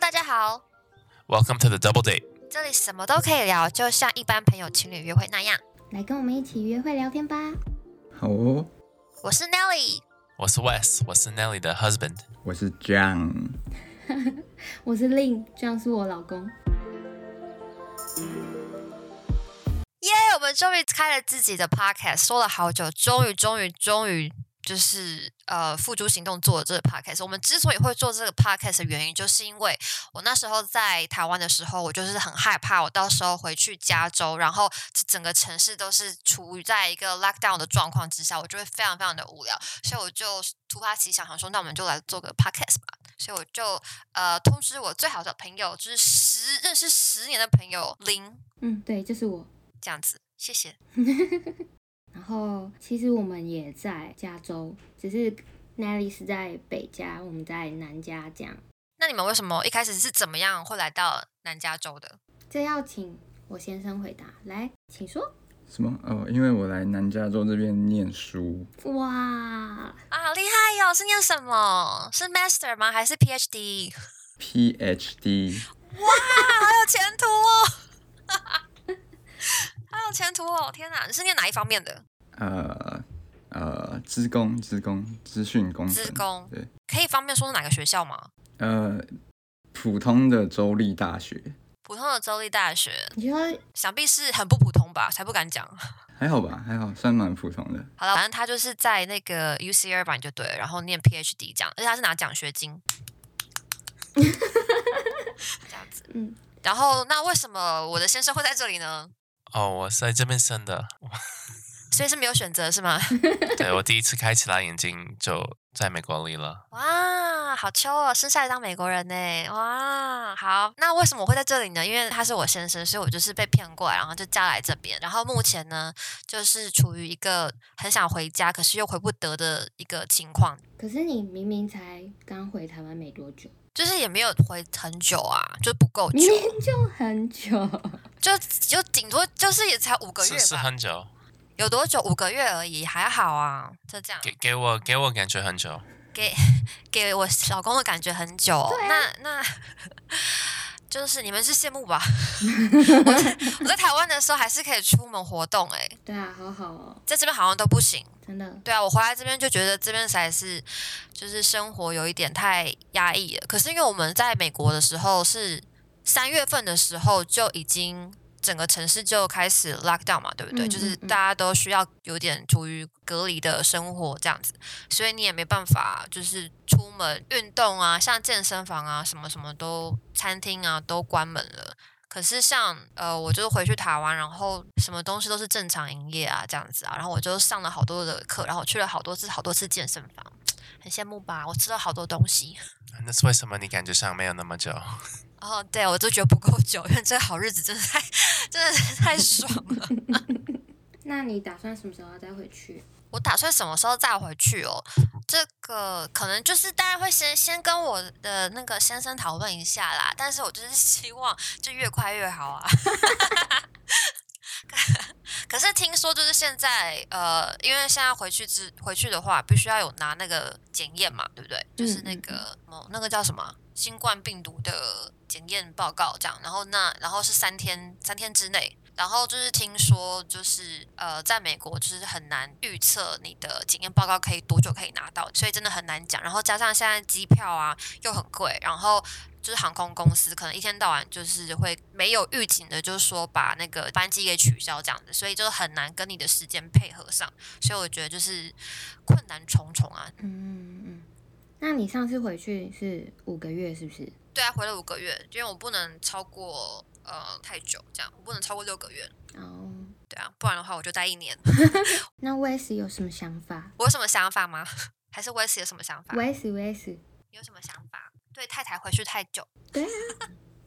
大家好， Welcome to the Double Date。这里什么都可以聊，就像一般朋友情侣约会那样。来跟我们一起约会聊天吧。好哦，我是 Nelly，我是 Wes，我是 Nelly 的 husband。我是 John。我是令，这样是我老公。耶我们终于开了自己的 podcast，说了好久，终于，终于，终于，就是呃，付诸行动做了这个 podcast。我们之所以会做这个 podcast 的原因，就是因为我那时候在台湾的时候，我就是很害怕，我到时候回去加州，然后整个城市都是处于在一个 lockdown 的状况之下，我就会非常非常的无聊，所以我就突发奇想，想说，那我们就来做个 podcast 吧。所以我就呃通知我最好的朋友，就是十认识十年的朋友林，嗯，对，就是我。 这样子，谢谢。然后其实我们也在加州，只是 Nelly 是在北加，我们在南加这样。那你们为什么一开始是怎么样会来到南加州的？这要请我先生回答。来，请说。什么？哦，因为我来南加州这边念书，哇，啊，好厉害哟、是念什么？是 Master 吗？还是 PhD？ PhD，啊，好有前途哦！ 好有前途哦！天哪，你是念哪一方面的？呃呃，资工、资工、资讯工程、资工对，可以方便说是哪个学校吗？呃，普通的州立大学普通的州立大学，你说想必是很不普通吧，才不敢讲。还好吧？还好，算蛮普通的。好了，反正他就是在那个 U C 二版就对了，然后念 PhD 这样，而且他是拿奖学 金，这样子。嗯，然后那为什么我的先生会在这里呢？哦，我是在这边 生的。所以是没有选择是吗？ 对我第一次开起来眼睛就在美国里了。哇，好秋哦，生下来当美国人呢！哇，好，那为什么我会在这里呢？因为他是我先生，所以我就是被骗过来，然后就嫁来这边。然后目前呢，就是处于一个很想回家，可是又回不得的一个情况，可是你明明才刚回台湾没多久，就是也没有回很久啊，就不够明久，明就很久。就就顶多就是也才五个月是是吧，很久，有多久？五个月而已，还好啊，就这样。给给我给我感觉很久。给给我老公的感觉很久、哦那 那就是你们是羡慕吧？我在我在台湾的时候还是可以出门活动、欸，诶，对啊，好好哦，在这边好像都不行。真的。对啊，我回来这边就觉得这边才是就是生活有一点太压抑了。可是因为我们在美国的时候是三月份的时候就已经。整个城市就开始 lock down 嘛，对不对？嗯就是嗯嗯大家都需要有点处于隔离的生活这样子，所以你也没办法就是出门运动啊，像健身房啊什么什么都餐厅啊都关门了。可是像呃，我就是回去台湾，然后什么东西都是正常营业啊，这样子啊，然后我就上了好多的课，然后我去了好多次好多次健身房，很羡慕吧？我吃了好多东西。那是为什么你感觉上没有那么久？哦，对，我就觉得不够久，因为这个好日子真的太真的是太爽了。 那你打算什么时候再回去？我打算什么时候再回去哦？这个可能就是大家会先先跟我的那个先生讨论一下啦，但是我就是希望就越快越好啊。可是听说就是现在，呃，因为现在回去之回去的话，必须要有拿那个检验嘛，对不对？就是那个哦，那个叫什么啊新冠病毒的检验报告这样，然后那然后是三天三天之内。然后就是听说，就是呃，在美国就是很难预测你的检验报告可以多久可以拿到，所以真的很难讲。然后加上现在机票啊又很贵，然后就是航空公司可能一天到晚就是会没有预警的，就是说把那个班机给取消这样子，所以就是很难跟你的时间配合上，所以我觉得就是困难重重啊。嗯嗯。那你上次回去是五个月，是不是？对啊，回了五个月，因为我不能超过呃太久，这样我不能超过六个月，哦、对啊，不然的话我就待一年。那 Wes 有什么想法我有什么想法吗？还是 Wes 有什么想法？ ？Wes Wes，你有什么想法？对太太回去太久，对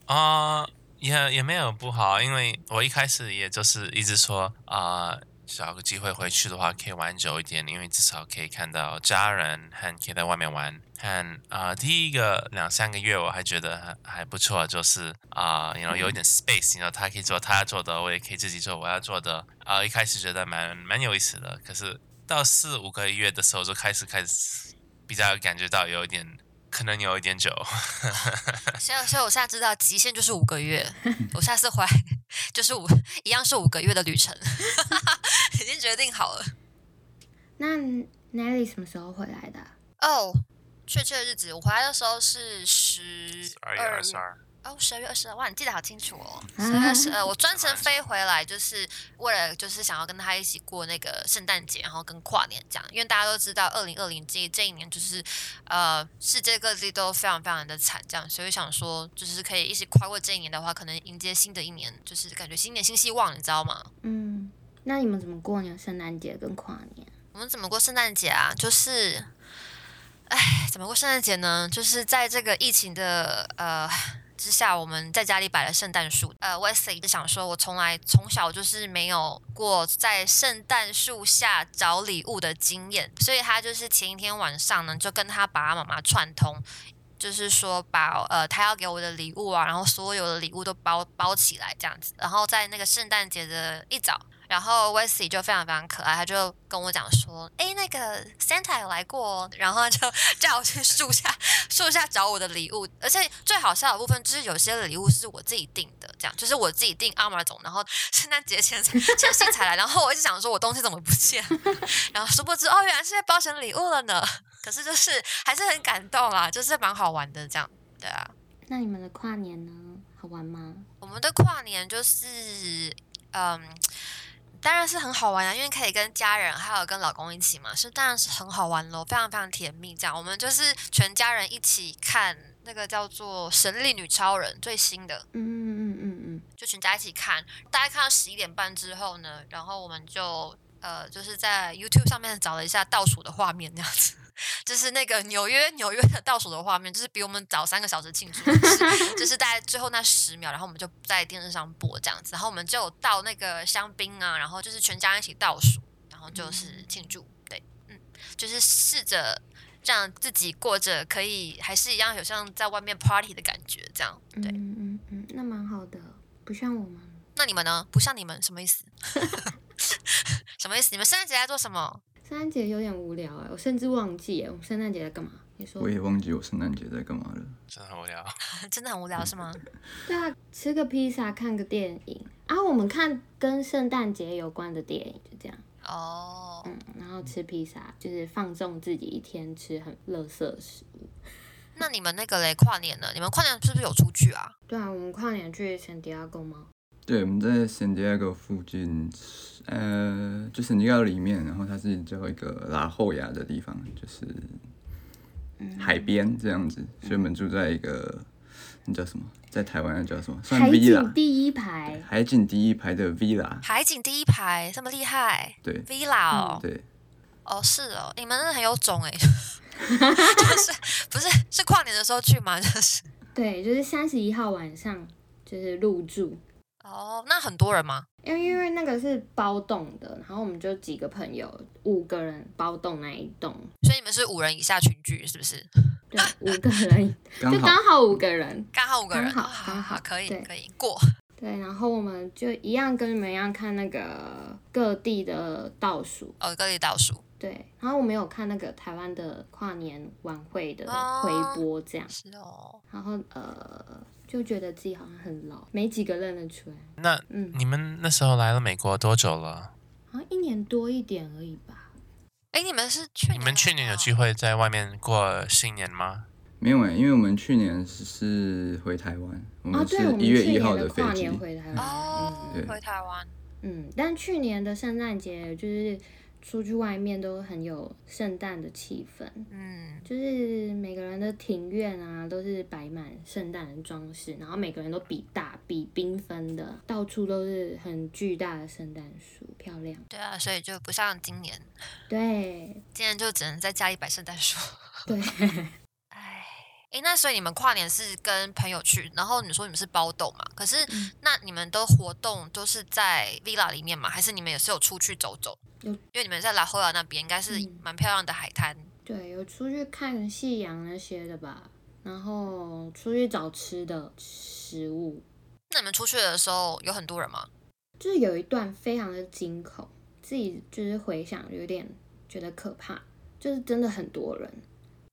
啊，啊、也也没有不好，因为我一开始也就是一直说啊、找个机会回去的话可以玩久一点，因为至少可以看到家人，和可以在外面玩。和啊、第一个两三个月我还觉得还还不错，就是啊，然、后有一点 space，然后他可以做他要做的，我也可以自己做我要做的。啊、一开始觉得蛮蛮有意思的，可是到四五个月的时候就开始开始比较感觉到有一点可能有一点久。所以，所以我现在知道极限就是五个月， 我下次回来就是五，一样是五个月的旅程， 已经决定好了。那 Nelly 什么时候回来的啊、哦，确切日子，我回来的时候是十二月二十二，哦，十二月二十二，哇，你记得好清楚哦。十二月十二，我专程飞回来，就是为了就是想要跟他一起过那个圣诞节，然后跟跨年这样。因为大家都知道，二零二零这这一年就是呃，世界各地都非常非常的惨，这样，所以想说，就是可以一起跨过这一年的话，可能迎接新的一年，就是感觉新年新希望，你知道吗？嗯，那你们怎么过年、圣诞节跟跨年？我们怎么过圣诞节啊？就是，哎，怎么过圣诞节呢？就是在这个疫情的呃之下，我们在家里摆了圣诞树。呃，Wesley 就想说，我从来从小就是没有过在圣诞树下找礼物的经验，所以他就是前一天晚上呢，就跟他爸爸妈妈串通。就是说把呃他要给我的礼物啊，然后所有的礼物都包包起来这样子，然后在那个圣诞节的一早，然后 Wesley 就非常非常可爱，他就跟我讲说：“诶，那个 Santa 有来过哦。”然后就 叫我去树下树下找我的礼物。而且最好笑的部分就是有些礼物是我自己订的，这样就是我自己订 Amazon，然后圣诞节前才前夕才来。然后我一直想说我东西怎么不见了，然后殊不知哦，原来是被包成礼物了呢。 可是就是还是很感动啦，就是蛮好玩的这样，对啊。那你们的跨年呢？好玩吗？我们的跨年就是，嗯，当然是很好玩啊，因为可以跟家人还有跟老公一起嘛，是当然是很好玩咯，非常非常甜蜜。这样，我们就是全家人一起看那个叫做《神力女超人》最新的，嗯嗯嗯嗯嗯，就全家一起看。大概看到十一点半之后呢，然后我们就呃，就是在 YouTube 上面找了一下倒数的画面，那样子。 就是那个纽约，纽约的倒数的画面，就是比我们早三个小时庆祝，就是就是大概最后那十秒，然后我们就在电视上播这样子，然后我们就有倒那个香槟啊，然后就是全家一起倒数，然后就是庆祝，对，嗯，就是试着让自己过着可以还是一样有像在外面 party 的感觉，这样，对。嗯嗯嗯，那蛮好的，不像我们。那你们呢？不像你们什么意思？ 什么意思？你们圣诞节在做什么？ 圣诞节有点无聊哎、我甚至忘记哎、我们圣诞节在干嘛？你说我？也忘记我圣诞节在干嘛了。真的很无聊。真的很无聊是吗？对啊，吃个披萨，看个电影啊，我们看跟圣诞节有关的电影，就这样。哦、嗯，然后吃披萨，就是放纵自己一天吃很垃圾食物。那你们那个嘞跨年呢？你们跨年是不是有出去啊？对啊，我们跨年去 San Diego 吗？对，我们在 San Diego 附近，呃，就 San Diego 里面，然后它是叫一个拉后牙的地方，就是嗯海边这样子，所以我们住在一个那叫什么，在台湾那叫什么，算海景 villa，第一排，海景第一排的 villa，海景第一排这么厉害对，villa 嗯哦、对，哦是哦，你们真的很有 种哎、就是不是是跨年的时候去吗？ 就是对，就是三十一号晚上就是入住，哦，那很多人吗？因为因为那个是包栋的，然后我们就几个朋友，五个人包栋那一栋，所以你们是五人以下群聚是不是？对，五个人 刚就好刚好五个人，刚好五个人，刚好哦好刚好好可以对可以过。对，然后我们就一样跟你们一样看那个各地的倒数，哦，各地倒数对，然后我们有看那个台湾的跨年晚会的回播，这样，是哦，然后呃就觉得自己好像很老，没几个认得出来，那嗯，你们那时候来了美国多久了？好像一年多一点而已吧。哎，你们是去年你们去年有吗机会在外面过新年吗？没有哎、因为我们去年是回台湾，我哦，们嗯是对，我们一月去一号年的飞跨机年，回台湾，哦嗯，对回台湾嗯，但去年的圣诞节就是出去外面都很有圣诞的气氛，嗯，就是每个人的庭院啊都是摆满圣诞的装饰，然后每个人都比大比缤纷的，到处都是很巨大的圣诞树，漂亮。对啊，所以就不像今年，对今年就只能在家里摆圣诞树。对，哎，诶，那所以你们跨年是跟朋友去，然后你说你们是包栋嘛？可是、嗯那你们的活动都是在 villa 里面吗？还是你们也是有出去走走？有因为你们在拉霍亚那边应该是嗯蛮漂亮的海滩。对，有出去看夕阳那些的吧，然后出去找吃的食物，那你们出去的时候有很多人吗？就是有一段非常的惊恐，自己就是回想有点觉得可怕，就是真的很多人，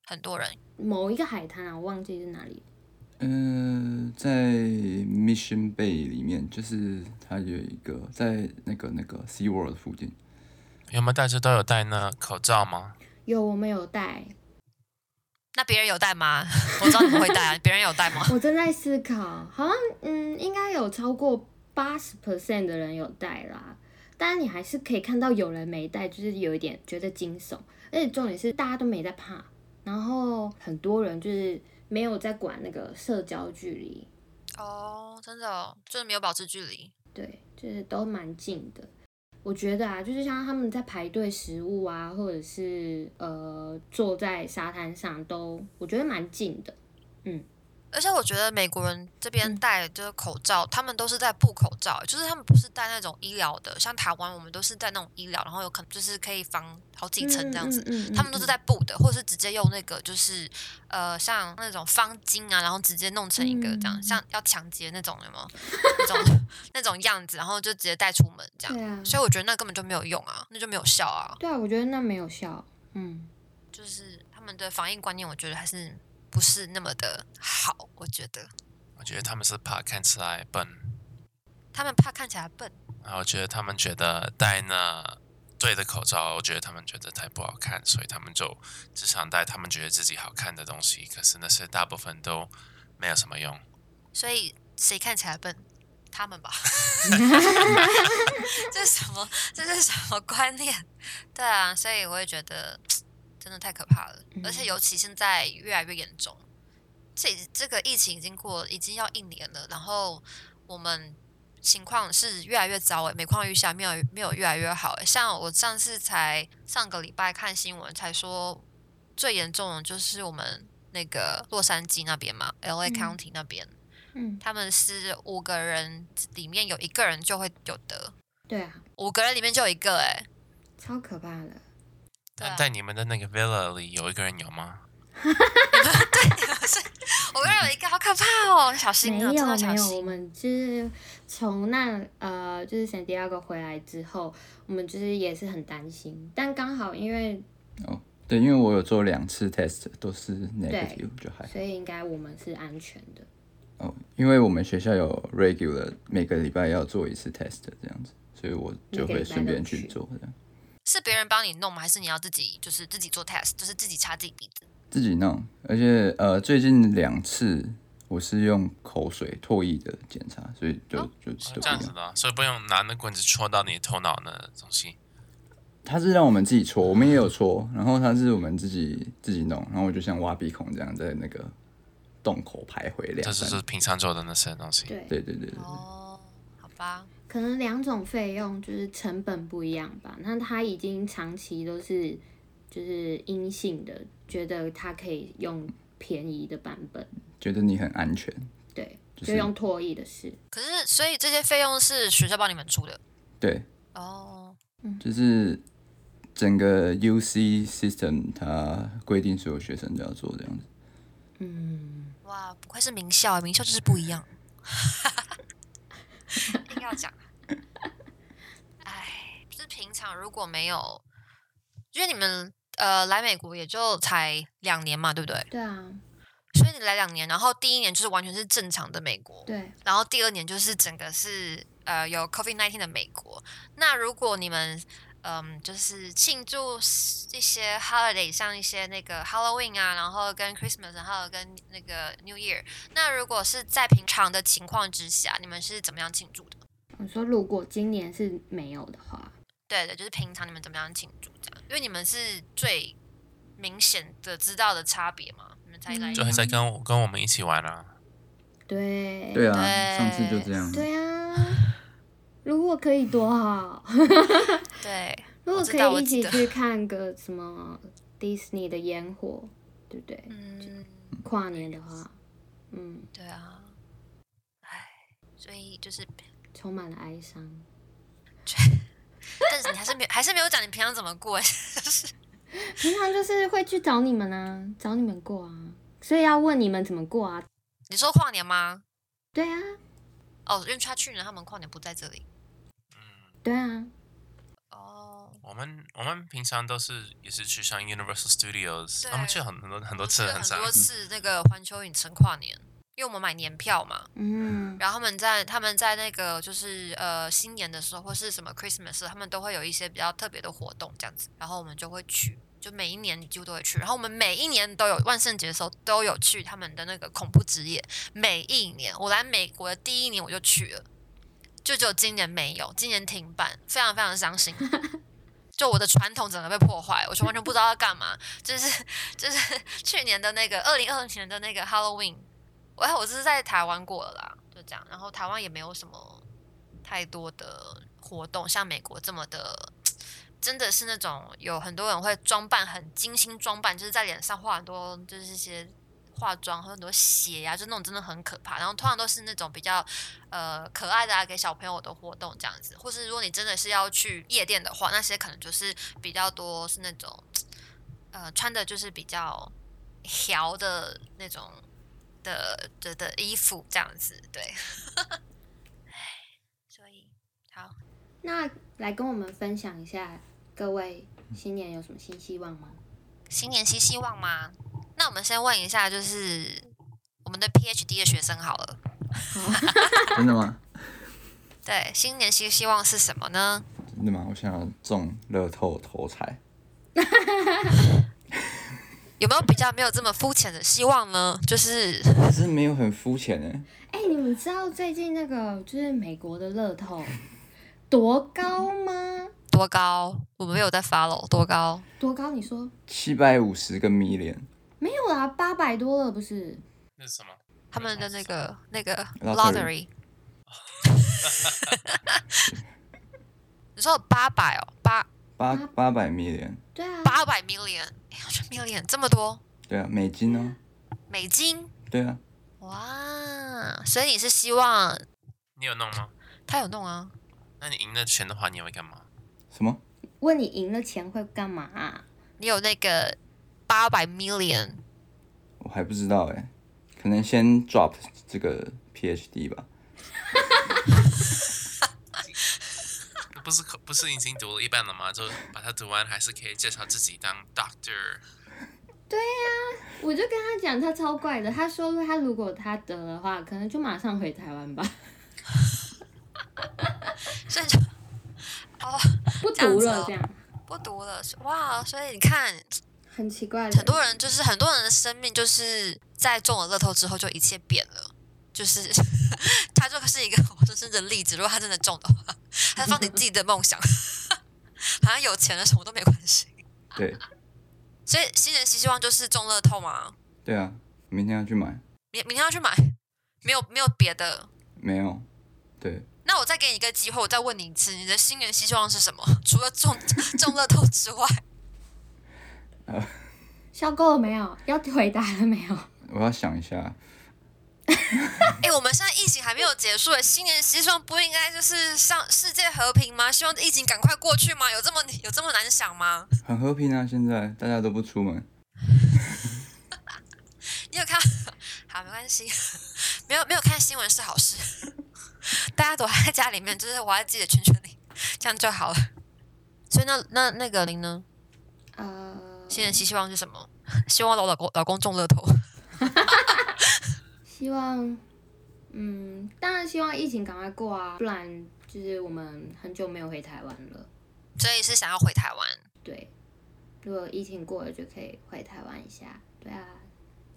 很多人。某一个海滩啊，我忘记是哪里。嗯，在 Mission Bay 里面，就是它有一个在那个那个 Sea World 附近，有没有大家都有戴那口罩吗？有，我们有带。那别人有带吗？ 我知道你们会带啊，别人有带 吗？我正在思考，好像嗯，应该有超过八十 percent 的人有带啦，但你还是可以看到有人没带，就是有一点觉得惊悚，而且重点是大家都没在怕，然后很多人就是没有在管那个社交距离，哦，真的哦，就是没有保持距离。对，就是都蛮近的。我觉得啊，就是像他们在排队食物啊，或者是呃坐在沙滩上都，我觉得蛮近的。而且我觉得美国人这边嗯戴就是口罩，他们都是戴布口罩，就是他们不是戴那种医疗的，像台湾我们都是戴那种医疗，然后有可能就是可以防好几层这样子。嗯，嗯嗯嗯他们都是戴布的，或者是直接用那个就是呃像那种方巾啊，然后直接弄成一个这样，嗯像要抢劫那种有没有？那种 那种样子，然后就直接带出门这样。对啊，所以我觉得那根本就没有用啊，那就没有效啊。对啊，我觉得那没有效。嗯，就是他们的防疫观念，我觉得还是不是那么的好。我觉得我觉得他们是怕看起来笨，他们怕看起来笨。然后我觉得他们觉得戴那对的口罩，我觉得他们觉得太不好看，所以他们就只想戴他们觉得自己好看的东西。可是那些大部分都没有什么用。所以谁看起来笨？他们吧。 这是什么？这是什么观念？对啊，所以我也觉得真的太可怕了，而且嗯尤其现在越来越严重。这这个疫情已经过了，已经要一年了，然后我们情况是越来越糟诶，每况愈下，没有没有越来越好诶。欸像我上次才上个礼拜看新闻，才说最严重的就是我们那个洛杉矶那边嘛，L A 嗯 County 那边，嗯，他们是五个人里面有一个人就会有得，对啊，五个人里面就有一个哎、超可怕的。对啊但在你们的那个 villa 里有一个人有吗？五个人有一个，好可怕哦！小没心有啊，没真的小有，我心。们就是从那呃，就是 San Diego 回来之后，我们就是也是很担心，但刚好因为对，因为我有做两次 test 都是 negative，就还所以应该我们是安全的。哦，因为我们学校有 regular 每个礼拜要做一次 test 这样子，所以我就会顺便去做这样，是别人帮你弄吗？还是你要自己就是自己做 test，就是自己插自己鼻子？自己弄。而且呃，最近两次我是用口水唾液的检查，所以就、哦就哦都不这样一子样。的啊，所以不用拿那棍子戳到你头脑的东西。他是让我们自己搓，我们也有搓，然后他是我们自己自己弄，然后我就像挖鼻孔这样在那个洞口徘徊这两就三是平常做的那些东西。对，对对对对，哦，好吧，可能两种费用就是成本不一样吧。那他已经长期都是就是阴性的，觉得他可以用便宜的版本，觉得你很安全，对，就就是用唾液的是。可是所以这些费用是学校帮你们出的对，哦。就是整个 UC system 它规定所有学生都要做这样子。嗯，哇，不愧是名校，名校就是不一样。硬要讲，哎，就是平常如果没有，因为你们呃来美国也就才两年嘛，对不对？对啊，所以你来两年，然后第一年就是完全是正常的美国，对，然后第二年就是整个是呃有 COVID nineteen 的美国。那如果你们嗯就是庆祝一些 holiday，像一些那个 Halloween 啊，然后跟 Christmas，然后跟那个 New Year。那如果是在平常的情况之下，你们是怎么样庆祝的？我说如果今年是没有的话，对的，就是平常你们怎么样庆祝这样？因为你们是最明显的知道的差别嘛，你们才来。嗯就还在跟我跟我们一起玩啊。嗯对，对啊，对上次就这样。对啊，如果可以多好，对，如果我可知道以一我记起得去看个什么迪士尼的烟火，对不对？嗯，跨年的话，嗯，对啊，唉，所以就是充满了哀伤。但是你还是没有，还是没有讲你平常怎么过，欸就是平常就是会去找你们啊，找你们过啊，所以要问你们怎么过啊。你说跨年吗？对啊，哦，因为他去年他们跨年不在这里。对啊，哦，我们我们平常都是也是去像 Universal Studios，对我们去很很多很多去次，了很很长多。次那个环球影城跨年，因为我们买年票嘛，嗯，然后他们在他们在那个就是呃新年的时候或是什么 Christmas，他们都会有一些比较特别的活动这样子，然后我们就会去，就每一年几乎都会去，然后我们每一年都有万圣节的时候都有去他们的那个恐怖之夜，每一年我来美国的第一年我就去了，就只有今年没有，今年停办，非常非常伤心。就我的传统整个被破坏，我就完全不知道要干嘛。就是就是 去年的那个二零二零年的那个 Halloween，我哎我是在台湾过了啦，就这样。然后台湾也没有什么太多的活动，像美国这么的，真的是那种有很多人会装扮很精心装扮，就是在脸上画很多就是一些化妆和很多血呀、就那种真的很可怕。然后通常都是那种比较呃可爱的啊，给小朋友的活动这样子，或是如果你真的是要去夜店的话，那些可能就是比较多是那种呃穿的就是比较调的那种的的的衣服这样子，对。 唉所以好，那来跟我们分享一下，各位新年有什么新希望吗？新年新希望吗？那我们先问一下，就是我们的 PhD 的学生好了，真的吗？对，新年新希望是什么呢？真的吗？我想要中乐透头彩，有没有比较没有这么肤浅的希望呢？就是可是没有很肤浅哎。哎、你们知道最近那个就是美国的乐透多高吗？多高？我没有在 follow 多高？多高？你说七百五十个米脸，没有啦，八百多了不是？那是什么？他们的那个那个 Lottery lottery，你说有八百哦，八八八百米脸，对啊，八百 million，哎我觉得 million 这么多对啊，美金哦，美金，对啊，哇！所以你是希望你有弄吗？他有弄啊？那你赢了钱的话，你会干嘛？什么？问你赢了钱会干嘛啊、你有那个八百 million，我还不知道哎，可能先 drop 这个 PhD 吧。不是可不是已经读了一半了吗？就把它读完，还是可以介绍自己当 doctor。我就跟他讲，他超怪的。他说他如果他得的话，可能就马上回台湾吧， 所以就 哦不这样读子了哦这样。不读了哇！所以你看，很奇怪的，很多人就是很多人的生命就是在中了乐透之后就一切变了，就是 他就是一个活生生的例子。如果他真的中的话，他放你自己的梦想， 好像有钱了什么都没关系。对，所以新人新希望就是中乐透嘛，对啊，明天要去买，明明天要去买，没有没有别的。没有，对，那我再给你一个机会，我再问你一次，你的新年新希望是什么？ 除了中中乐透之外，消够了没有？要回答了没有？我要想一下，哎、我们现在疫情还没有结束诶，新年希望不应该就是上世界和平吗？希望疫情赶快过去吗？有这么有这么难想吗？很和平啊，现在大家都不出门，你有看？ 好，没关系， 没有没有看新闻是好事， 大家躲在家里面，就是活在自己的圈圈里，这样就好了。所以那那那个林呢？呃，新年新希望是什么？希望我老公老公中乐透。希望，嗯，当然希望疫情赶快过啊，不然就是我们很久没有回台湾了。所以是想要回台湾对，如果疫情过了就可以回台湾一下。对啊，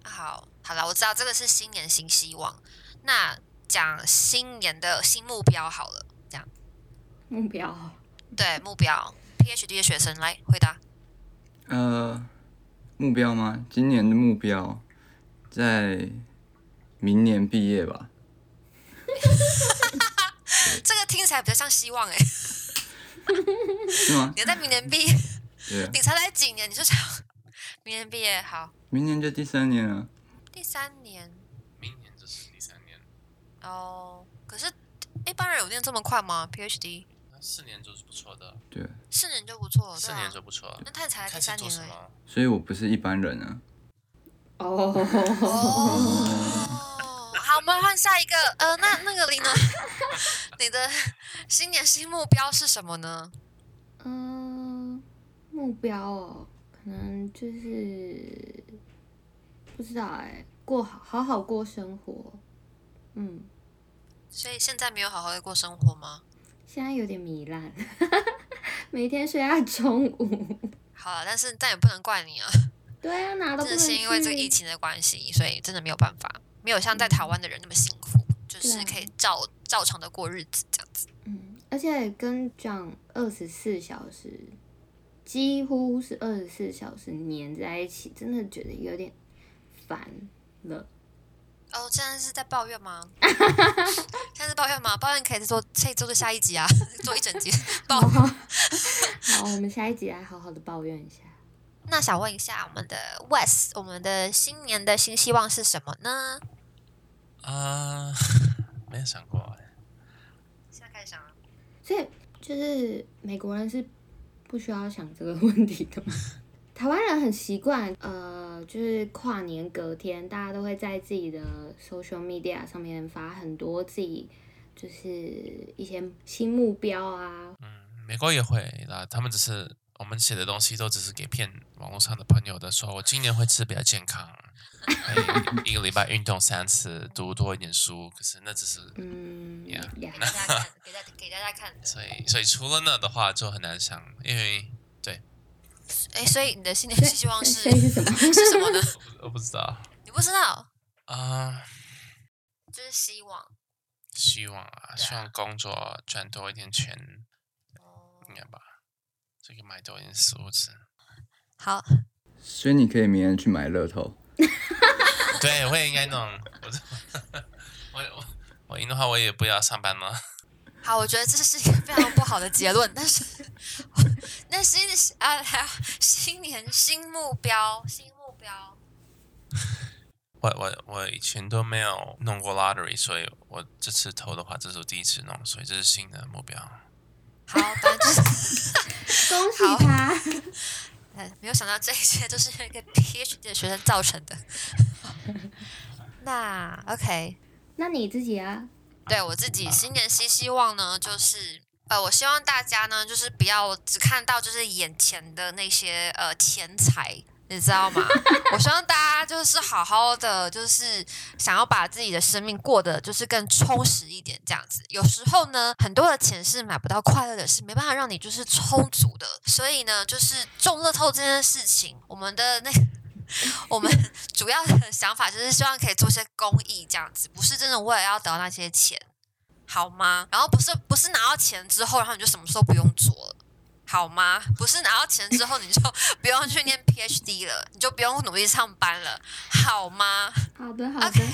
好，好了，我知道这个是新年新希望。那讲新年的新目标好了，这样目标哦对目标。PhD 的学生来回答，呃，目标吗？今年的目标在明年毕业吧。这个听起来比较像希望哎、是吗？你在明年 毕业，对啊，你才来几年你就想明年毕业好，明年就第三年啊了。第三年明年就是第三年，哦。可是一般人有念这么快吗？PhD 那四年就是不错的，对啊，四年就不错哦了，对四吧、年就不错了。那他才来第看是三做年什而已。么？所以我不是一般人啊。哦， 哦，好，我们换下一个。呃，那那个林 呢？你的新年新目标是什么呢？嗯、目标哦，可能就是不知道哎、过好好好过生活。嗯，所以现在没有好好的过生活吗？现在有点糜烂， 每天睡到中午。 好了，但是但也不能怪你啊，对啊，哪真都不能的是因为这个去疫情的关系，所以真的没有办法，没有像在台湾的人那么幸福，就是对啊可以照照常的过日子这样子。嗯，而且跟讲二十四小时，几乎是二十四小时黏在一起，真的觉得有点烦了。哦，现在是在抱怨 吗？现在是抱怨吗？抱怨可以做，可以做做下一集啊， 做一整 集抱怨。好，我们下一集来好好的抱怨一下。那想问一下我们的 Wes，我们的新年的新希望是什么呢？啊、 没有想过哎，现在开始想 了。所以就是美国人是不需要想这个问题的嘛。 台湾人很习惯，呃，就是跨年隔天，大家都会在自己的 social media 上面发很多自己就是一些新目标啊，嗯，美国也会啦，他们只是我们写的东西都只是给骗网络上的朋友的，说我今年会吃比较健康，可 以一个礼拜运动三次，读多一点书，可是那只是嗯 Yeah. 呀给大家看，给大给大家看。所以，所以除了那的话就很难想，因为哎，所以你的新年新希望是所以是什么？ 是什么呢？我不我不知道你不知道，啊、就是希望。希望啊，对啊希望工作赚多一点钱，哦应该吧，这个买多一点食 物吃。好，所以你可以明天去买乐透。对，我也应该弄，我这 我我我赢的话，我也不要上班了。好，我觉得这是一个非常不好的结论，但是 那新啊，还有新年新目标，新目标，我我我以前都没有弄过 lottery，所以我这次投的话，这是我第一次弄，所以这是新的目标。好，反正就是 恭喜他！呃没有想到这一切都是一个 PhD 的学生造成的。 那 OK， 那你自己啊，对我自己新年新希望呢，就是呃，我希望大家呢，就是不要只看到就是眼前的那些呃钱财，你知道吗？我希望大家就是好好的，就是想要把自己的生命过得就是更充实一点，这样子。有时候呢，很多的钱是买不到快乐的，是没办法让你就是充足的。所以呢，就是中乐透这件事情，我们的那我们主要的想法就是希望可以做些公益，这样子，不是真的为了要得到那些钱，好吗？然后不是不是拿到钱之后，然后你就什么事都不用做了。好吗？不是拿到钱之后你就 不用去念 PhD 了，你就不用努力上班了，好吗？好的好的 OK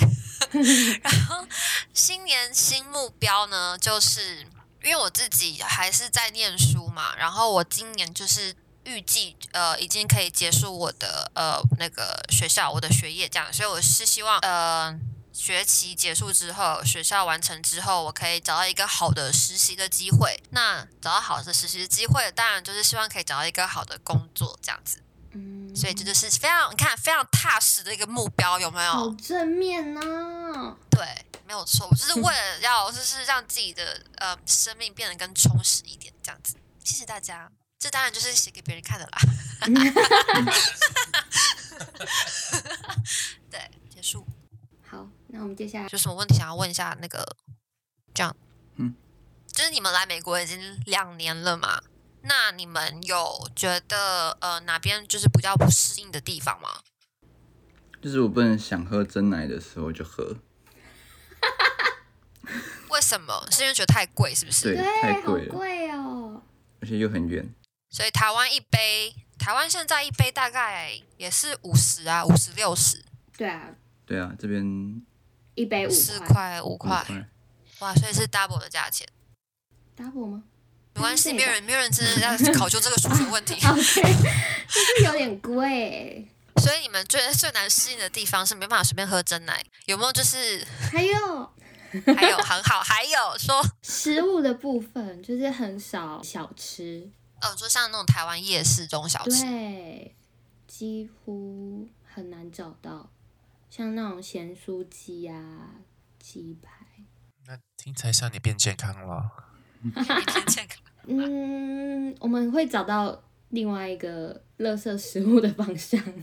然后新年新目标呢，就是因为我自己还是在念书嘛，然后我今年就是预计呃已经可以结束我的呃那个学校我的学业这样，所以我是希望呃。学期结束之后，学校完成之后，我可以找到一个好的实习的机会。那找到好的实习的机会，当然就是希望可以找到一个好的工作这样子。嗯，所以这哦就是非常你看非常踏实的一个目标，有没有？好正面哦呢、对，没有错，我就是为了要就是让自己的呃生命变得更充实一点，这样子。谢谢大家，这当然就是写给别人看的啦。对，结束。好，那我们接下来有什么问题想要问一下那个这样？嗯，就是你们来美国已经两年了嘛？那你们有觉得呃哪边就是比较不适应的地方吗？就是我不能想喝真奶的时候就喝，为什么？是因为觉得太贵，是不是？对，太好贵了，贵哦，而且又很远。所以台湾一杯，台湾现在一杯大概也是五十啊，五十六十，对啊，对啊，这边五一杯五四块块五块，块，哇，所以是 double 的价钱。，double 吗没关系，嗯没对有吧。人没有人真的要考究这个数学问题？OK，就是有点贵。所以你们觉得最难适应的地方是没办法随便喝真奶，有没有？就是还有还有很好，还有说，食物的部分，就是很少小吃，哦，说像那种台湾夜市这种小吃，对，几乎很难找到，像那种咸酥鸡啊、鸡排。那听起来像你变健康了，一天健康。嗯，我们会找到另外一个垃圾食物的方向。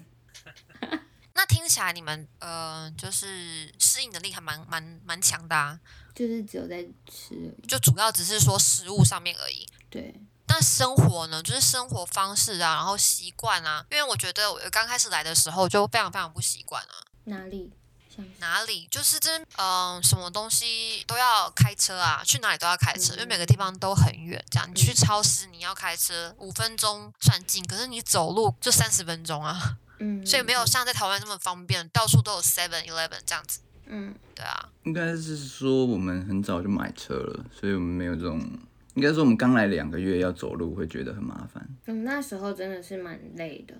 那听起来你们呃，就是适应能力还蛮蛮蛮强的啊，就是只有在吃而已。就主要只是说食物上面而已。对，那生活呢，就是生活方式啊，然后习惯啊，因为我觉得我刚开始来的时候就非常非常不习惯啊，哪里？像哪里就是这嗯、什么东西都要开车啊，去哪里都要开车，因为每个地方都很远。这样你嗯去超市你要开车五分钟算近，可是你走路就三十分钟啊，嗯，所以没有像在台湾那么方便，到处都有 Seven Eleven 这样子。嗯对啊，应该是说我们很早就买车了，所以我们没有这种。应该说我们刚来两个月要走路会觉得很麻烦，嗯，那时候真的是蛮累的，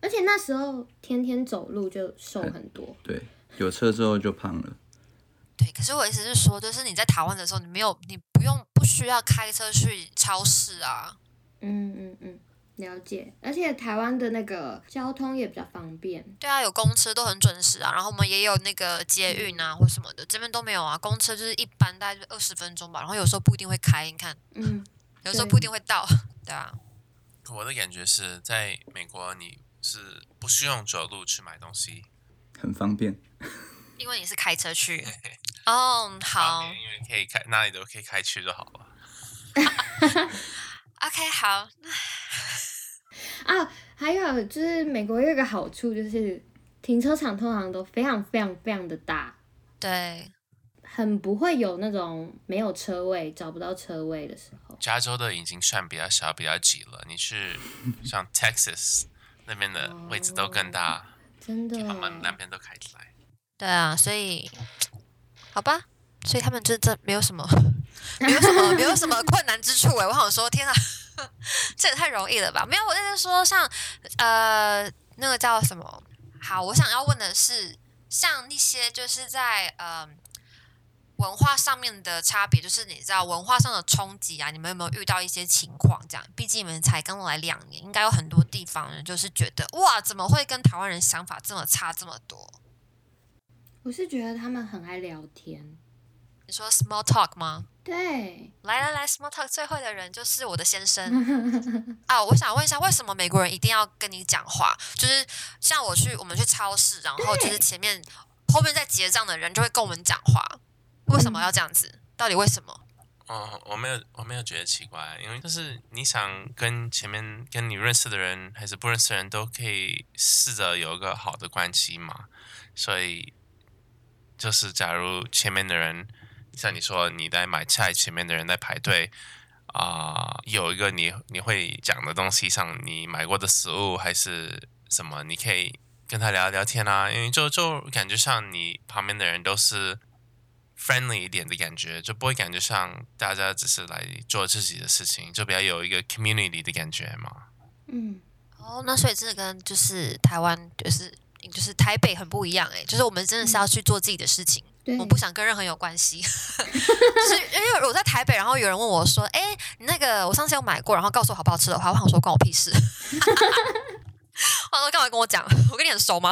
而且那时候天天走路就瘦很 多。对，有车之后就胖了。对。可是我意思是说，就是你在台湾的时候，你没有，你不用不需要开车去超市啊。嗯嗯嗯，了解。而且台湾的那个交通也比较方便。对啊，有公车都很准时啊，然后我们也有那个捷运啊或什么的，这边都没有啊。公车就是一般大概就二十分钟吧，然后有时候不一定会开，你看，嗯，有时候对不一定会到。对啊，我的感觉是在美国，你是不需要走路去买东西，很方便，因为你是开车去。哦，好因为可以开哪里都可以开去就好了。 ，OK，好，啊，还有就是美国有一个好处就是停车场通常都非常非常非常的大，对，很不会有那种没有车位找不到车位的时候。加州的已经算比较小、比较挤了，你去像 Texas 那边的位置都更大，真的就耶，慢慢两边都开起来。对啊，所以，好吧，所以他们真的没有什么，没有什么，没有什么困难之处哎、我好想说，天啊， 这也太容易了吧？没有，我在这说像，呃，那个叫什么？好，我想要问的是，像那些就是在呃文化上面的差别，就是你知道文化上的冲击啊，你们有没有遇到一些情况？这样，毕竟你们才刚来两年，应该有很多地方人就是觉得，哇，怎么会跟台湾人想法这么差这么多？我是觉得他们很爱聊天。你说 small talk 吗？对，来来来，small talk 最会的人就是我的先生 啊！我想问一下，为什么美国人一定要跟你讲话？就是像我去我们去超市，然后就是前面后面在结账的人就会跟我们讲话，为什么要这样子？到底为什么？哦，我没有，我没有觉得奇怪，因为就是你想跟前面跟你认识的人还是不认识的人都可以试着有一个好的关系嘛，所以就是假如前面的人像你说你在买菜，前面的人在排队啊、有一个你你会讲的东西上，你买过的食物还是什么，你可以跟他聊聊天啊，因为就就感觉像你旁边的人都是 friendly 一点的感觉，就不会感觉像大家只是来做自己的事情，就比较有一个 community 的感觉嘛。嗯，哦，那所以这跟就是台湾就是就是台北很不一样诶、欸就是我们真的是要去做自己的事情。对，我不想跟任何人有关系， 就是因为我在台北，然后有人问我说：“哎、你那个我上次有买过，然后告诉我好不好吃的话，我想说关我屁事。” 我想说干嘛跟我讲？ 我跟你很熟吗？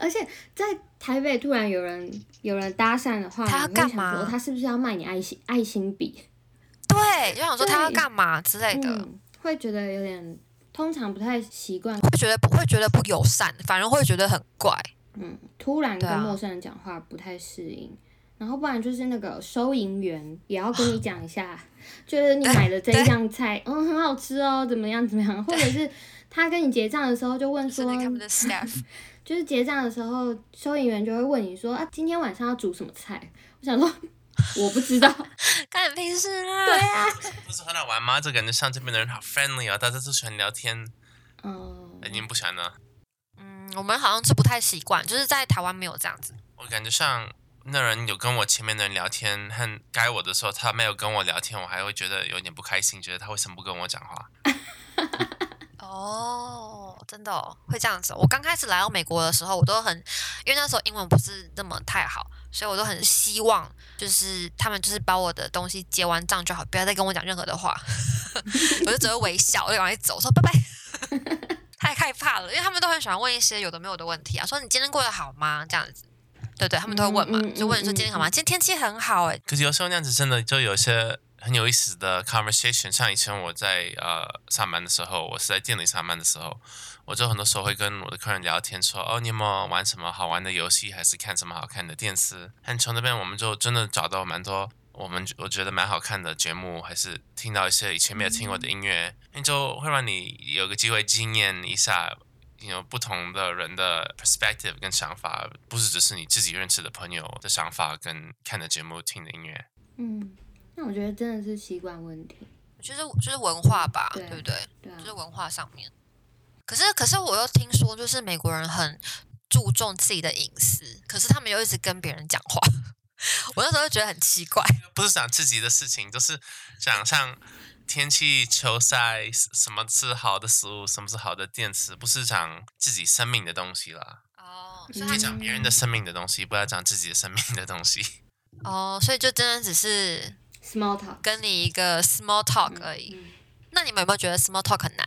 而且在台北突然有人有人搭讪的话，他要你会干嘛想说他是不是要卖你爱心爱心笔 对，就想说他要对干嘛之类的，嗯，会觉得有点，通常不太习惯。会觉得不会觉得不友善，反而会觉得很怪。嗯，突然对啊跟陌生人讲话不太适应，然后不然就是那个收银员也要跟你讲 一下，就是你买的这一样菜，嗯，很好吃哦，怎么样怎么样，或者是他跟你结账的时候就问就是说，那个他们的 staff，就是结账的时候，收银员就会问你说啊，今天晚上要煮什么菜？我想说 我不知道，干你屁事啊！对啊，不是很好玩吗？就感觉像这边的人好 friendly 啊、大家都喜欢聊天。嗯，哎你们不喜欢呢？嗯，我们好像是不太习惯，就是在台湾没有这样子。我感觉像那人有跟我前面的人聊天，和该我的时候他没有跟我聊天，我还会觉得有点不开心，觉得他为什么不跟我讲话？哦，真的、哦、会这样子哦、我刚开始来到美国的时候，我都很，因为那时候英文不是那么太好，所以我都很希望，就是他们就是把我的东西结完账就好，不要再跟我讲任何的话， 我就只会微笑，我就赶快走，说拜拜。 太害怕了，因为他们都很喜欢问一些有的没有的问题啊，说你今天过得好吗？这样子，对不对？他们都会问嘛，嗯嗯就问你说今天好吗？今天天气很好哎、可是有时候那样子真的就有些很有意思的 conversation。像以前我在呃上班的时候，我是在店里上班的时候，我就很多时候会跟我的客人聊天说，哦，你有没有玩什么好玩的游戏，还是看什么好看的电视？但从那边我们就真的找到蛮多我们我觉得蛮好看的节目，还是听到一些以前没有听过的音乐，那就会让你有个机会经验一下。有不同的人的 perspective 跟想法，不是只是你自己认识的朋友的想法跟看的节目、听的音乐。嗯，那我觉得真的是习惯问题。就是就是文化吧，对对不对？对啊就，是文化上面。可是可是我又听说，就是美国人很注重自己的隐私，可是他们又一直跟别人讲话。 我那时候就觉得很奇怪，不是讲自己的事情，就是讲像天气、球赛，什么是好的食物，什么是好的电池，不是讲自己生命的东西啦， 哦，所所以以可他们以讲别人的生命的东西，不要讲自己的生命的东西。 哦，所以就真的只是 small talk 跟你一个 small talk 而已。嗯那你们有没有觉得 small talk 很难？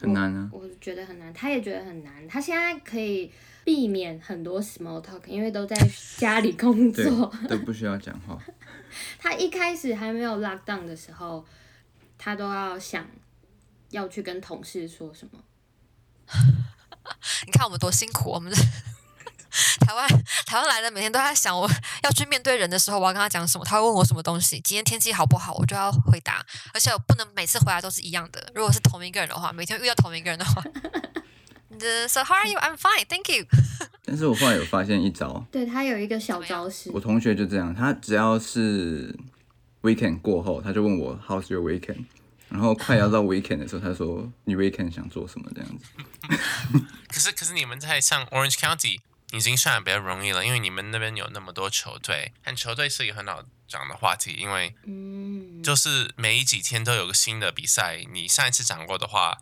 很难 啊。我觉得很难，他也觉得很难。他现在可以避免很多 small talk，因为都在家里工 对作。，都不需要讲话。他一开始还没有 lock down 的时候，他都要想要去跟同事说什么。你看我们多辛苦，我们 这台湾台湾来的每天都在想，我要去面对人的时候，我要跟他讲什么，他会问我什么东西，今天天气好不好，我就要回答，而且我不能每次回答都是一样的。如果是同一个人的话，每天遇到同一个人的话，你的 So how are you? I'm fine, thank you。但是我后来有发现一招，对他有一个小招式我，同学就这样，他只要是 weekend 过后，他就问我 How's your weekend？然后快要到 weekend 的时候，他说你 weekend 想做什么这样子？可是，可是你们在像 Orange County 已经算比较容易了，因为你们那边有那么多球队，但球队是一个很好讲的话题，因为嗯，就是每几天都有个新的比赛，你上一次讲过的话，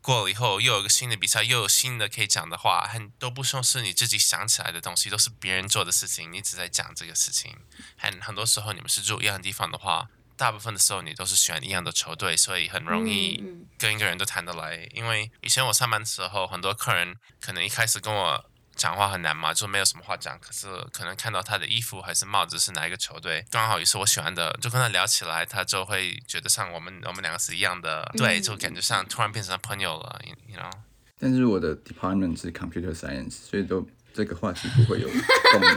过了以后又有个新的比赛，又有新的可以讲的话，很都不说是你自己想起来的东西，都是别人做的事情，你只在讲这个事情。嗯很很多时候你们是住一样的地方的话，大部分的时候你都是喜欢一样的球队，所以很容易嗯跟一个人都谈得来。因为以前我上班的时候，很多客人可能一开始跟我讲话很难嘛，就没有什么话讲。可是可能看到他的衣服还是帽子是哪一个球队，刚好也是我喜欢的，就跟他聊起来，他就会觉得像我们我们两个是一样的，对，就感觉像突然变成朋友了，you you know。但是我的 department 是 computer science，所以都这个话题不会有共鸣。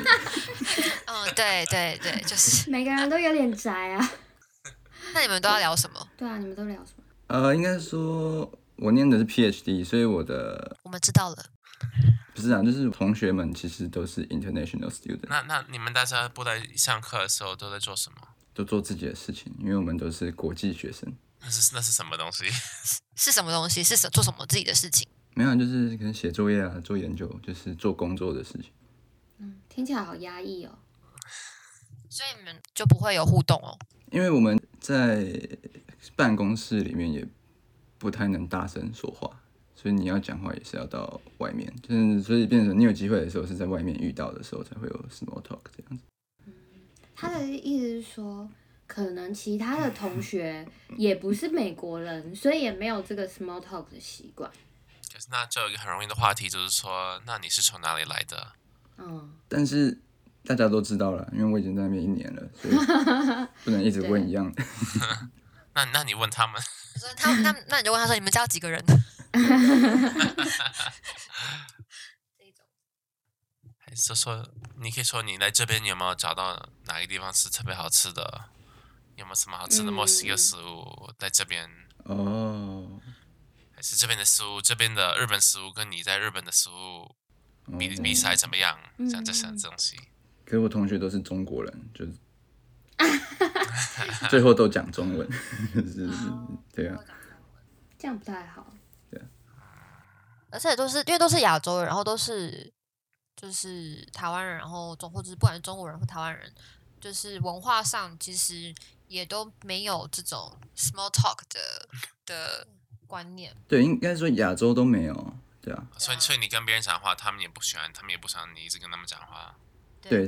嗯，对对对，就是。嗯每个人都有点宅啊。那你们都要聊什么？对啊，你们都聊什么？呃，应该说我念的是 PhD，所以我的我们知道了。不是啊，就是同学们其实都是 international student，那那你们大家不在上课的时候都在做什么？都做自己的事情，因为我们都是国际学生。那是那是什么东西？是什么东西？是什做什么自己的事情？没有啊，就是可能写作业啊，做研究，就是做工作的事情。嗯，听起来好压抑哦。所以你们就不会有互动哦。因为我们在办公室里面也不太能大声说话，所以你要讲话也是要到外面，就是所以变成你有机会的时候是在外面遇到的时候才会有 small talk 这样子。他的意思是说，可能其他的同学也不是美国人，所以也没有这个 small talk 的习惯。可是那就有一个很容易的话题，就是说，那你是从哪里来的？嗯，但是大家都知道了，因为我已经在那边一年了，所以不能一直问一样的。那那你问他们，所以他那那你就问他说：“你们家有几个人？”还是哎说你可以说你来这边有没有找到哪个地方是特别好吃的？有没有什么好吃的墨西哥食物在这边？哦，还是这边的食物，这边的日本食物跟你在日本的食物哦比比赛怎么样？嗯像这些东西，可是我同学都是中国人，就是 最后都讲中文， 是是是，哦对啊，这样不太好。 而且都是因为都是亚洲人，然后都是就是台湾人，然后中或者是不管是中国人或台湾人，就是文化上其实也都没有这种 small talk 的的观念。对，应该说亚洲都没有，对啊，所以所以你跟别人讲话，他们也不喜欢，他们也不想你一直跟他们讲话，对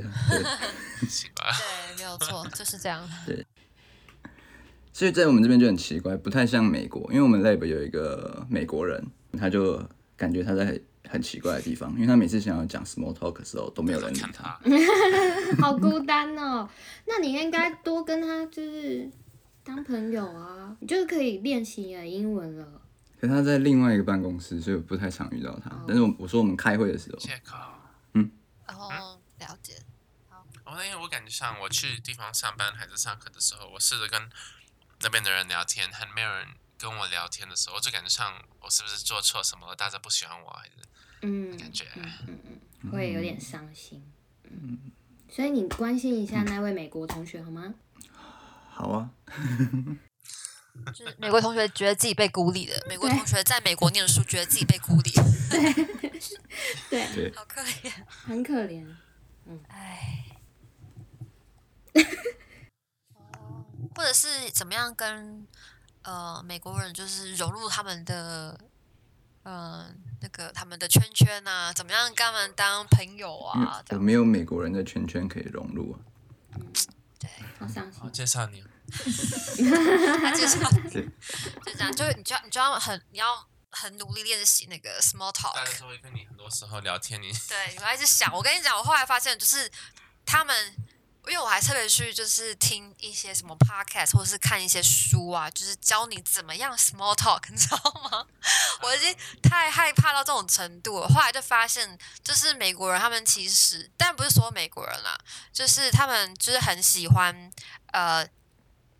对对。奇怪。 对，没有错，就是这样。所以在我们这边就很奇怪，不太像美国，因为我们 lab 有一个美国人，他就感觉他在很奇怪的地方，因为他每次想要讲 small talk 的时候都没有人理看他。他，好孤单哦。那你应该多跟他就是当朋友啊，你就可以练习你的英文了。可是他在另外一个办公室，所以我不太常遇到他。但是我我说我们开会的时候，借口。然后了解，哦，因为我感觉像我去地方上班还是上课的时候，我试着跟那边的人聊天，还没有人跟我聊天的时候，我就感觉像我是不是做错什么了，大家不喜欢我，还是嗯，感觉嗯嗯嗯，会有点伤心。嗯，所以你关心一下那位美国同学好吗？好啊，就是美国同学觉得自己被孤立了，美国同学在美国念书觉得自己被孤立，对，对，好可怜。很可怜。唉， 或者是怎么样跟呃美国人就是融入他们的呃那个他们的圈圈啊，怎么样跟他们当朋友因为啊？这我样没有美国人的圈圈可以融入啊。 对，好伤心我。哦介绍你，他介绍对就这样，就你就要你就要很你要很努力练习那个 small 大家 talk。都会跟你很多时候聊天，你对，我还一直想，我跟你讲，我后来发现就是他们，因为我还特别去就是听一些什么 podcast 或者是看一些书啊，就是教你怎么样 small talk，你知道吗？ 我已经太害怕到这种程度了。后来就发现，就是美国人他们其实，但不是说美国人啦，就是他们就是很喜欢呃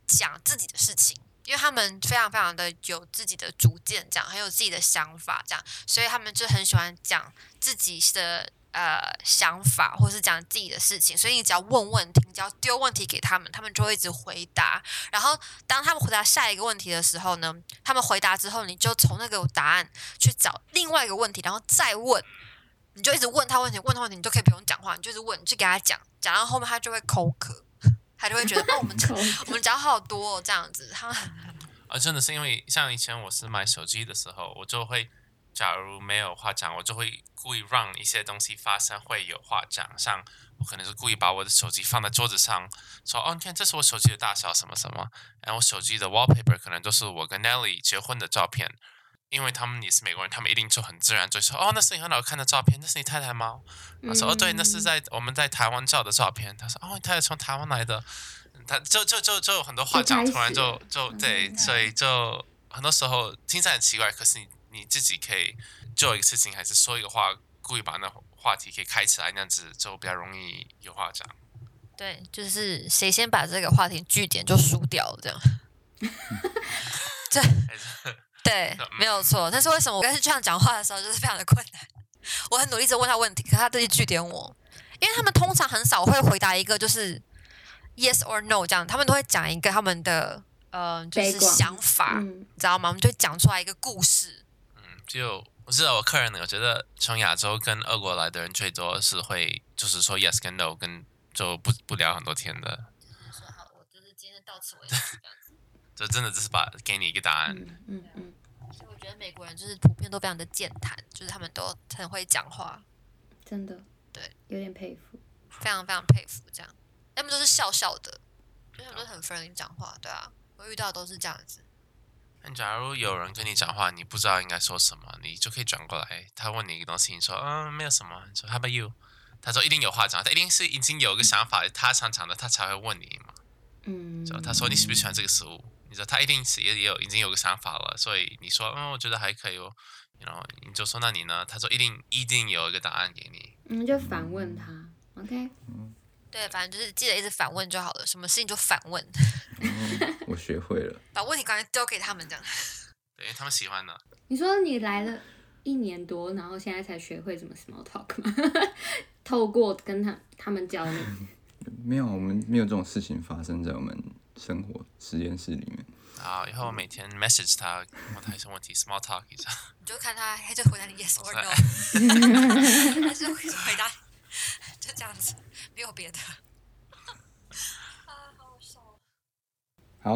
讲自己的事情。因为他们非常非常的有自己的主见，这样很有自己的想法，这样，所以他们就很喜欢讲自己的呃想法，或是讲自己的事情，所以你只要问问题，你只要丢问题给他们，他们就会一直回答。然后当他们回答下一个问题的时候呢，他们回答之后，你就从那个答案去找另外一个问题，然后再问。你就一直问他问题，问他问题，你就可以不用讲话，你就是问，你就给他讲，讲到后面他就会口渴，他就会觉得哦，我们口 我们讲好多、哦、这样子，他们 啊，真的是因为像以前我是买手机的时候，我就会，假如没有话讲，我就会故意让一些东西发生会有话讲，像我可能是故意把我的手机放在桌子上，说哦，你看这是我手机的大小什么什么，然后我手机的 wallpaper 可能就是我跟 Nelly 结婚的照片，因为他们也是美国人，他们一定就很自然就说哦，那是你很好看的照片，那是你太太吗？我说哦，对，那是在我们在台湾照的照片。他说哦，你太太从台湾来的，他就就就就有很多话讲，一开始突然就就对，嗯所以就很多时候听起来很奇怪，可是你你自己可以做一个事情，还是说一个话，故意把那话题可以开起来，那样子就比较容易有话讲。对，就是谁先把这个话题据点就输掉了这样。 对还是 对，没有错。但是为什么我跟这样讲话的时候就是非常的困难？我很努力在问他问题，可他自己据点我，因为他们通常很少会回答一个就是 yes or no 这样，他们都会讲一个他们的呃就是背景想法，嗯，你知道吗？我们就讲出来一个故事。嗯，就我知道我客人，我觉得从亚洲跟俄国来的人最多是会就是说 yes 跟 no 跟就不不聊很多天的，说好，我就是今天到此为止这样子。就真的只是把给你一个答案。嗯嗯嗯，所以我觉得美国人就是普遍都非常的健谈，就是他们都很会讲话。真的，对，有点佩服。非常非常佩服这样。他们都是笑笑的，就他们都是很 friendly 讲话，对啊，我遇到都是这样子。但假如有人跟你讲话，你不知道应该说什么，你就可以转过来。他问你一个东西，你说嗯没有什么，你说 How about you？他说一定有话讲，他一定是已经有一个想法，他想讲的，他才会问你嘛。嗯，就他说你喜不喜欢这个食物？你说他一定是也也有已经有个想法了，所以你说嗯我觉得还可以哦，然后你就说那你呢？他说一定一定有一个答案给你。嗯，就反问他，OK，对，反正就是记得一直反问就好了，什么事情就反问，哦我学会了。把问题赶紧丢给他们这样。对，因为他们喜欢的。你说你来了一年多，然后现在才学会怎么 small talk 吗？ 透过跟他他们教你，没有，我们没有这种事情发生在我们生活实验室里面。然后以后每天 message 他问他一些问题，small talk 一下。 你就看他，他就回答你 yes or no，他就会回答你， 就这样子，没有别的。啊，好好笑哦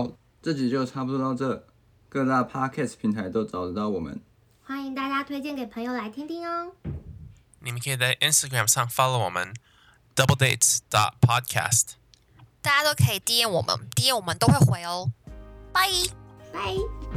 好，这集就差不多到这，各大 podcast 平台都找得到我们。欢迎大家推荐给朋友来听听哦。你们可以在 Instagram 上 follow 我们 double dates dot podcast。大家都可以 DM 我们，DM 我们都会回哦。拜。拜。